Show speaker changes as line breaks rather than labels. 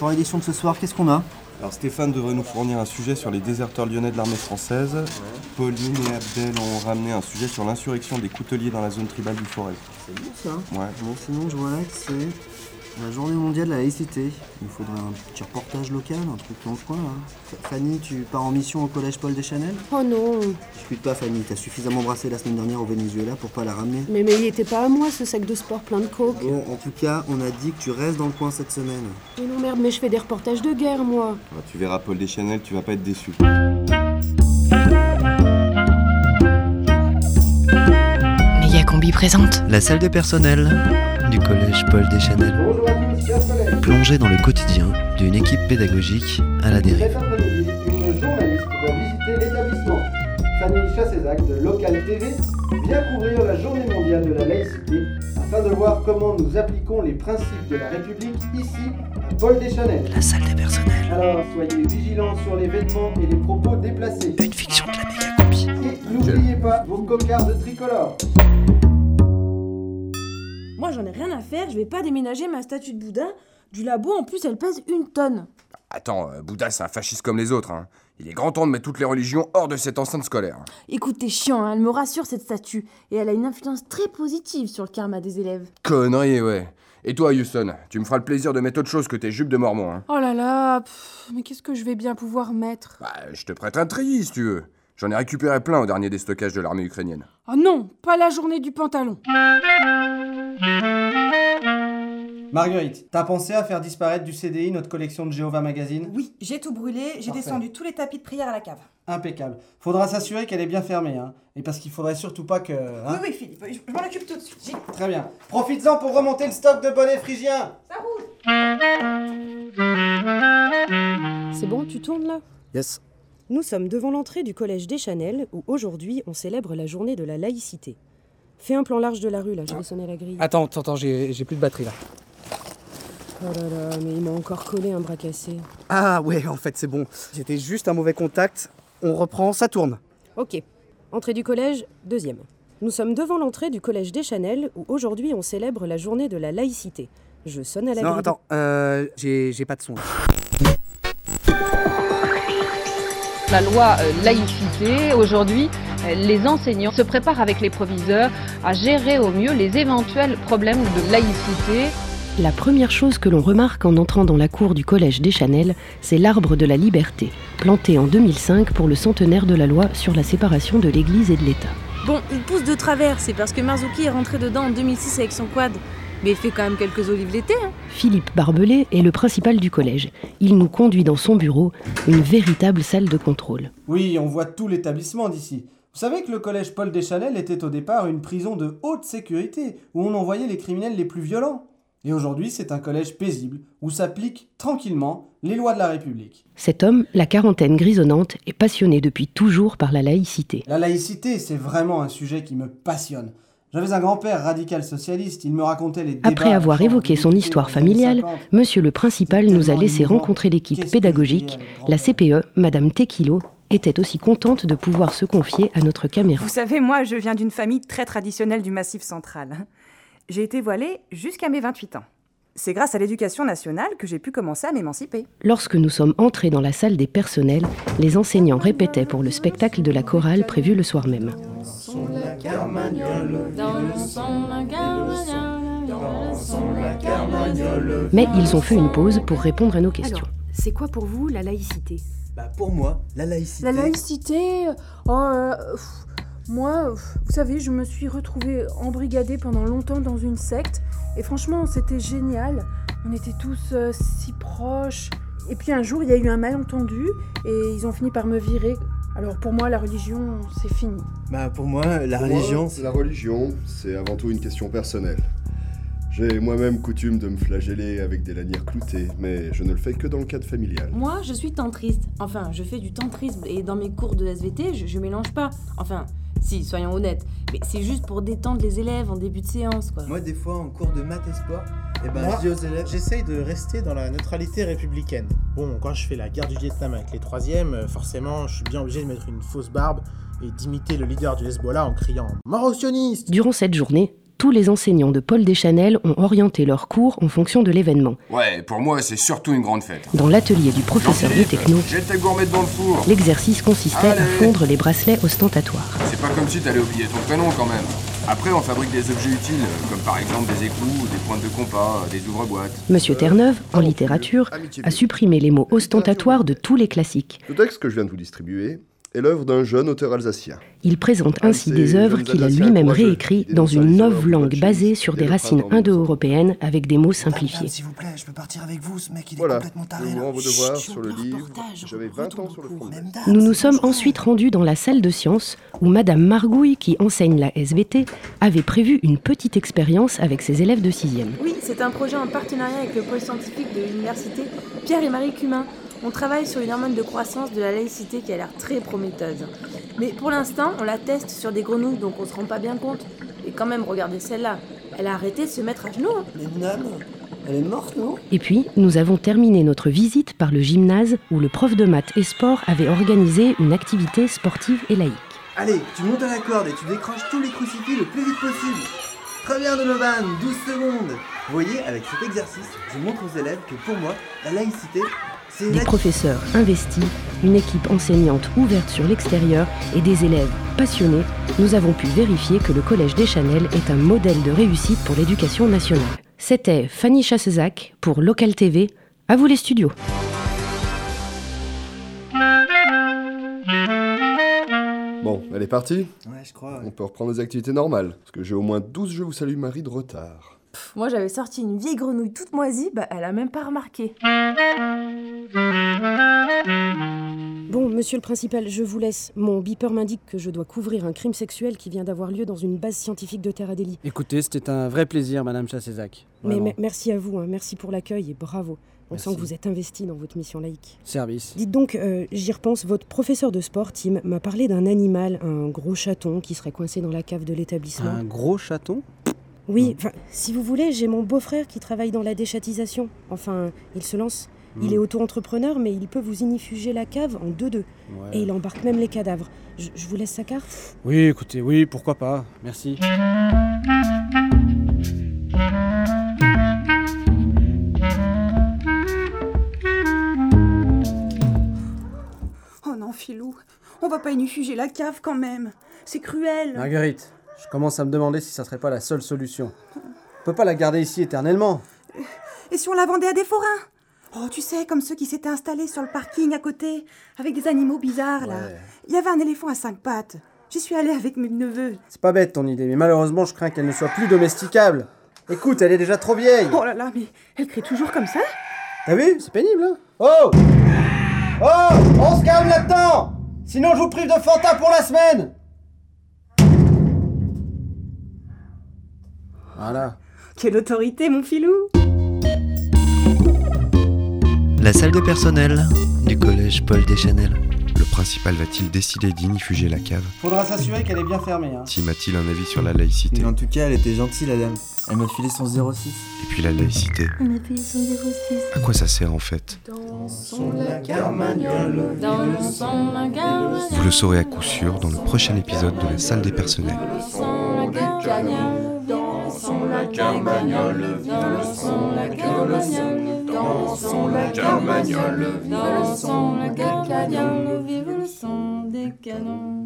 Dans l'édition de ce soir, qu'est-ce qu'on a
Alors Stéphane devrait nous fournir un sujet sur les déserteurs lyonnais de l'armée française. Pauline et Abdel ont ramené un sujet sur l'insurrection des couteliers dans la zone tribale du Forez.
C'est bon ça.
Ouais.
Bon, sinon, je vois là que c'est la journée mondiale de la laïcité. Il nous faudrait un petit reportage local, un truc dans le coin. là. Fa- Fanny, tu pars en mission au collège Paul Deschanel
Oh non,
Discute pas, Fanny. T'as suffisamment brassé la semaine dernière au Venezuela pour pas la ramener.
mais, mais il était pas à moi ce sac de sport plein de coke.
Bon, en tout cas, on a dit que tu restes dans le coin cette semaine.
Mais non merde, mais je fais des reportages de guerre moi.
Ah, tu verras Paul Deschanel, tu vas pas être déçu.
Megacombi présente
La salle de personnel du collège Paul Deschanel. Plongée dans le quotidien d'une équipe pédagogique à la dérive.
Cet après-midi, une journaliste va visiter l'établissement. Fanny Chassézac de Local TV vient couvrir la journée mondiale de la laïcité afin de voir comment nous appliquons les principes de la République ici à Paul Deschanel.
La salle de personnel,
Alors soyez vigilants sur les vêtements et les propos déplacés.
une fiction de la Megacombi.
Et n'oubliez pas vos cocards de tricolore.
Moi, j'en ai rien à faire, je vais pas déménager ma statue de Bouddha. Du labo, en plus, elle pèse une tonne.
Attends, euh, Bouddha, c'est un fasciste comme les autres. hein. Il est grand temps de mettre toutes les religions hors de cette enceinte scolaire. hein.
Écoute, t'es chiant, hein, elle me rassure cette statue. Et elle a une influence très positive sur le karma des élèves.
Connerie, ouais. Et toi, Houston, tu me feras le plaisir de mettre autre chose que tes jupes de mormon. Hein.
Oh là là, pff, mais qu'est-ce que je vais bien pouvoir mettre
Bah, je te prête un tri, si tu veux. J'en ai récupéré plein au dernier déstockage de l'armée ukrainienne.
Oh non, pas la journée du pantalon.
Marguerite, t'as pensé à faire disparaître du CDI notre collection de Jéhovah Magazine
Oui, j'ai tout brûlé, j'ai
Parfait.
descendu tous les tapis de prière à la cave.
Impeccable. Faudra s'assurer qu'elle est bien fermée, hein. Et parce qu'il faudrait surtout pas que.
hein,
Ah Oui, oui, Philippe, je, je m'en occupe tout de suite. J'ai-
Très bien. Profites-en pour remonter le stock de bonnets phrygiens.
C'est bon, tu tournes là
Yes.
Nous sommes devant l'entrée du collège Deschanel où aujourd'hui on célèbre la journée de la laïcité. Fais un plan large de la rue là, je vais sonner à la grille.
Attends, attends, attends, j'ai j'ai plus de batterie là.
Oh là là, mais il m'a encore collé un bras cassé.
Ah ouais, en fait, c'est bon. C'était juste un mauvais contact. On reprend, ça tourne.
Ok, entrée du collège, deuxième. Nous sommes devant l'entrée du collège Deschanel où aujourd'hui on célèbre la journée de la laïcité. Je sonne à la
non,
grille.
attends, euh, j'ai j'ai pas de son.
La loi euh, laïcité, aujourd'hui, euh, les enseignants se préparent avec les proviseurs à gérer au mieux les éventuels problèmes de laïcité.
La première chose que l'on remarque en entrant dans la cour du collège Deschanel, c'est l'arbre de la liberté, planté en 2005 pour le centenaire de la loi sur la séparation de l'Église et de l'État.
Bon, il pousse de travers, c'est parce que Marzuki est rentré dedans en 2006 avec son quad. Mais il fait quand même quelques olives l'été, hein.
Philippe Barbelé est le principal du collège. Il nous conduit dans son bureau, une véritable salle de contrôle.
Oui, on voit tout l'établissement d'ici. Vous savez que le collège Paul Deschanel était au départ une prison de haute sécurité où on envoyait les criminels les plus violents. Et aujourd'hui, c'est un collège paisible où s'appliquent tranquillement les lois de la République.
Cet homme, la quarantaine grisonnante, est passionné depuis toujours par la laïcité.
La laïcité, c'est vraiment un sujet qui me passionne. J'avais un grand-père radical socialiste, il me racontait les débats...
Après avoir évoqué son histoire familiale, Monsieur le principal nous a laissé rencontrer l'équipe pédagogique. La CPE, Madame Tequilo, était aussi contente de pouvoir se confier à notre caméra.
Vous savez, moi, je viens d'une famille très traditionnelle du Massif central. J'ai été voilée jusqu'à mes 28 ans. C'est grâce à l'éducation nationale que j'ai pu commencer à m'émanciper.
Lorsque nous sommes entrés dans la salle des personnels, les enseignants répétaient pour le spectacle de la chorale prévu le soir même. Mais ils ont fait une pause pour répondre à nos questions.
Alors, c'est quoi pour vous la laïcité
Bah, pour moi, la laïcité.
La laïcité, euh, oh, euh, pff, moi, pff, vous savez, je me suis retrouvée embrigadée pendant longtemps dans une secte, et franchement, c'était génial. On était tous euh, si proches. Et puis un jour, il y a eu un malentendu, et ils ont fini par me virer. Alors pour moi, la religion, c'est fini.
Bah, pour moi, la
Pour moi,
religion. c'est-
La religion, c'est avant tout une question personnelle. J'ai moi-même coutume de me flageller avec des lanières cloutées, mais je ne le fais que dans le cadre familial.
Moi, je suis tantriste. Enfin, je fais du tantrisme et dans mes cours de SVT, je, je mélange pas. Enfin, si, soyons honnêtes. Mais c'est juste pour détendre les élèves en début de séance, quoi.
Moi, des fois, en cours de maths espoir, eh ben,
Moi,
je dis aux élèves.
J'essaye de rester dans la neutralité républicaine. Bon, quand je fais la guerre du Vietnam avec les troisièmes, euh, forcément, je suis bien obligé de mettre une fausse barbe et d'imiter le leader du Hezbollah en criant Mort aux sionistes
Durant cette journée, tous les enseignants de Paul Deschanel ont orienté leurs cours en fonction de l'événement.
Ouais, pour moi, c'est surtout une grande fête.
Dans l'atelier du professeur de
Jean-Philippe,
techno,
Jette ta gourmette dans le four.
l'exercice consistait à
Allez.
fondre les bracelets ostentatoires.
C'est pas comme si t'allais oublier ton prénom quand même. Après, on fabrique des objets utiles, euh, comme par exemple des écous, des pointes de compas, euh, des ouvre-boîtes.
Monsieur Terre-Neuve, en littérature, a supprimé les mots ostentatoires de tous les classiques.
Le texte que je viens de vous distribuer est l'œuvre d'un jeune auteur alsacien. Ah,
Il présente ainsi des œuvres qu'il a lui-même réécrites dans une nouvelle langue basée sur des racines indo-européennes avec des mots
Ah,
simplifiés.
S'il vous plaît, je peux partir avec vous, ce mec il
Voilà,
est complètement taré.
le
là.
moment vos
Chut,
devoirs
je suis
sur
au
le
plein
livre.
reportage.
J'avais 20 ans sur le front.
Nous nous sommes ensuite rendus dans la salle de sciences où Madame Margouille, qui enseigne la SVT, avait prévu une petite expérience avec ses élèves de 6e.
Oui, c'est un projet en partenariat avec le pôle scientifique de l'université Pierre et Marie Cumin. On travaille sur une hormone de croissance de la laïcité qui a l'air très prometteuse. Mais pour l'instant, on la teste sur des grenouilles, donc on se rend pas bien compte. Et quand même, regardez celle-là. Elle a arrêté de se mettre à genoux. hein.
Mais Nam, elle est morte, non
Et puis, nous avons terminé notre visite par le gymnase où le prof de maths et sport avait organisé une activité sportive et laïque.
Allez, tu montes à la corde et tu décroches tous les crucifix le plus vite possible. Très bien, Donovan, 12 secondes. Vous voyez, avec cet exercice, je montre aux élèves que pour moi, la laïcité, c'est
Des
la-
professeurs investis, une équipe enseignante ouverte sur l'extérieur et des élèves passionnés, nous avons pu vérifier que le Collège des Chanel est un modèle de réussite pour l'éducation nationale. C'était Fanny Chassezac pour Local TV. À vous les studios.
Bon, elle est partie
Ouais, je crois.
On peut reprendre nos activités normales, parce que j'ai au moins 12 jeux vous salue Marie de retard.
Moi, j'avais sorti une vieille grenouille toute moisie, bah, elle a même pas remarqué.
Bon, monsieur le principal, je vous laisse. Mon beeper m'indique que je dois couvrir un crime sexuel qui vient d'avoir lieu dans une base scientifique de Terra Deli.
Écoutez, c'était un vrai plaisir, Madame Chassézac.
Mais
Vraiment.
me- merci à vous, hein, merci pour l'accueil et bravo. On
Merci.
sent que vous êtes investi dans votre mission laïque.
Service.
Dites donc, euh, j'y repense, votre professeur de sport, Tim, m'a parlé d'un animal, un gros chaton qui serait coincé dans la cave de l'établissement.
Un gros chaton Ah,
Oui, enfin, si vous voulez, j'ai mon beau-frère qui travaille dans la déchatisation. Enfin, il se lance. Il
Mm.
est auto-entrepreneur, mais il peut vous inifuger la cave en deux-deux.
Ouais.
Et il embarque même les cadavres. Je, je vous laisse sa carte
Oui, écoutez, oui, pourquoi pas. Merci.
Oh non, Philou, on va pas inifuger la cave quand même. C'est cruel.
Marguerite, je commence à me demander si ça serait pas la seule solution. On peut pas la garder ici éternellement.
Et si on la vendait à des forains Oh, tu sais, comme ceux qui s'étaient installés sur le parking à côté, avec des animaux bizarres, là.
Ouais.
Il y avait un éléphant à cinq pattes. J'y suis allée avec mes neveux.
C'est pas bête ton idée, mais malheureusement, je crains qu'elle ne soit plus domesticable. Écoute, elle est déjà trop vieille.
Oh là là, mais elle crie toujours comme ça
T'as vu C'est pénible, hein Oh Oh On se calme là-dedans Sinon, je vous prive de Fanta pour la semaine Voilà.
Quelle autorité, mon Philou
La salle de personnel du collège Paul Deschanel.
Le principal va-t-il décider d'inifuger la cave
Faudra s'assurer qu'elle est bien fermée, hein.
Tim a-t-il un avis sur la laïcité
En tout cas, elle était gentille, la dame. Elle m'a filé son 06.
Et puis la laïcité
On a payé son 06.
À quoi ça sert en fait
Dansons la carmagnole. Dansons la carmagnole.
Vous le saurez à coup sûr dans le prochain épisode de la salle des personnels.
Dansons la carmagnole. Dansons la carmagnole. Dansons la carmagnole. Dansons la carmagnole. Dansons la carmagnole. Vive le son des canons.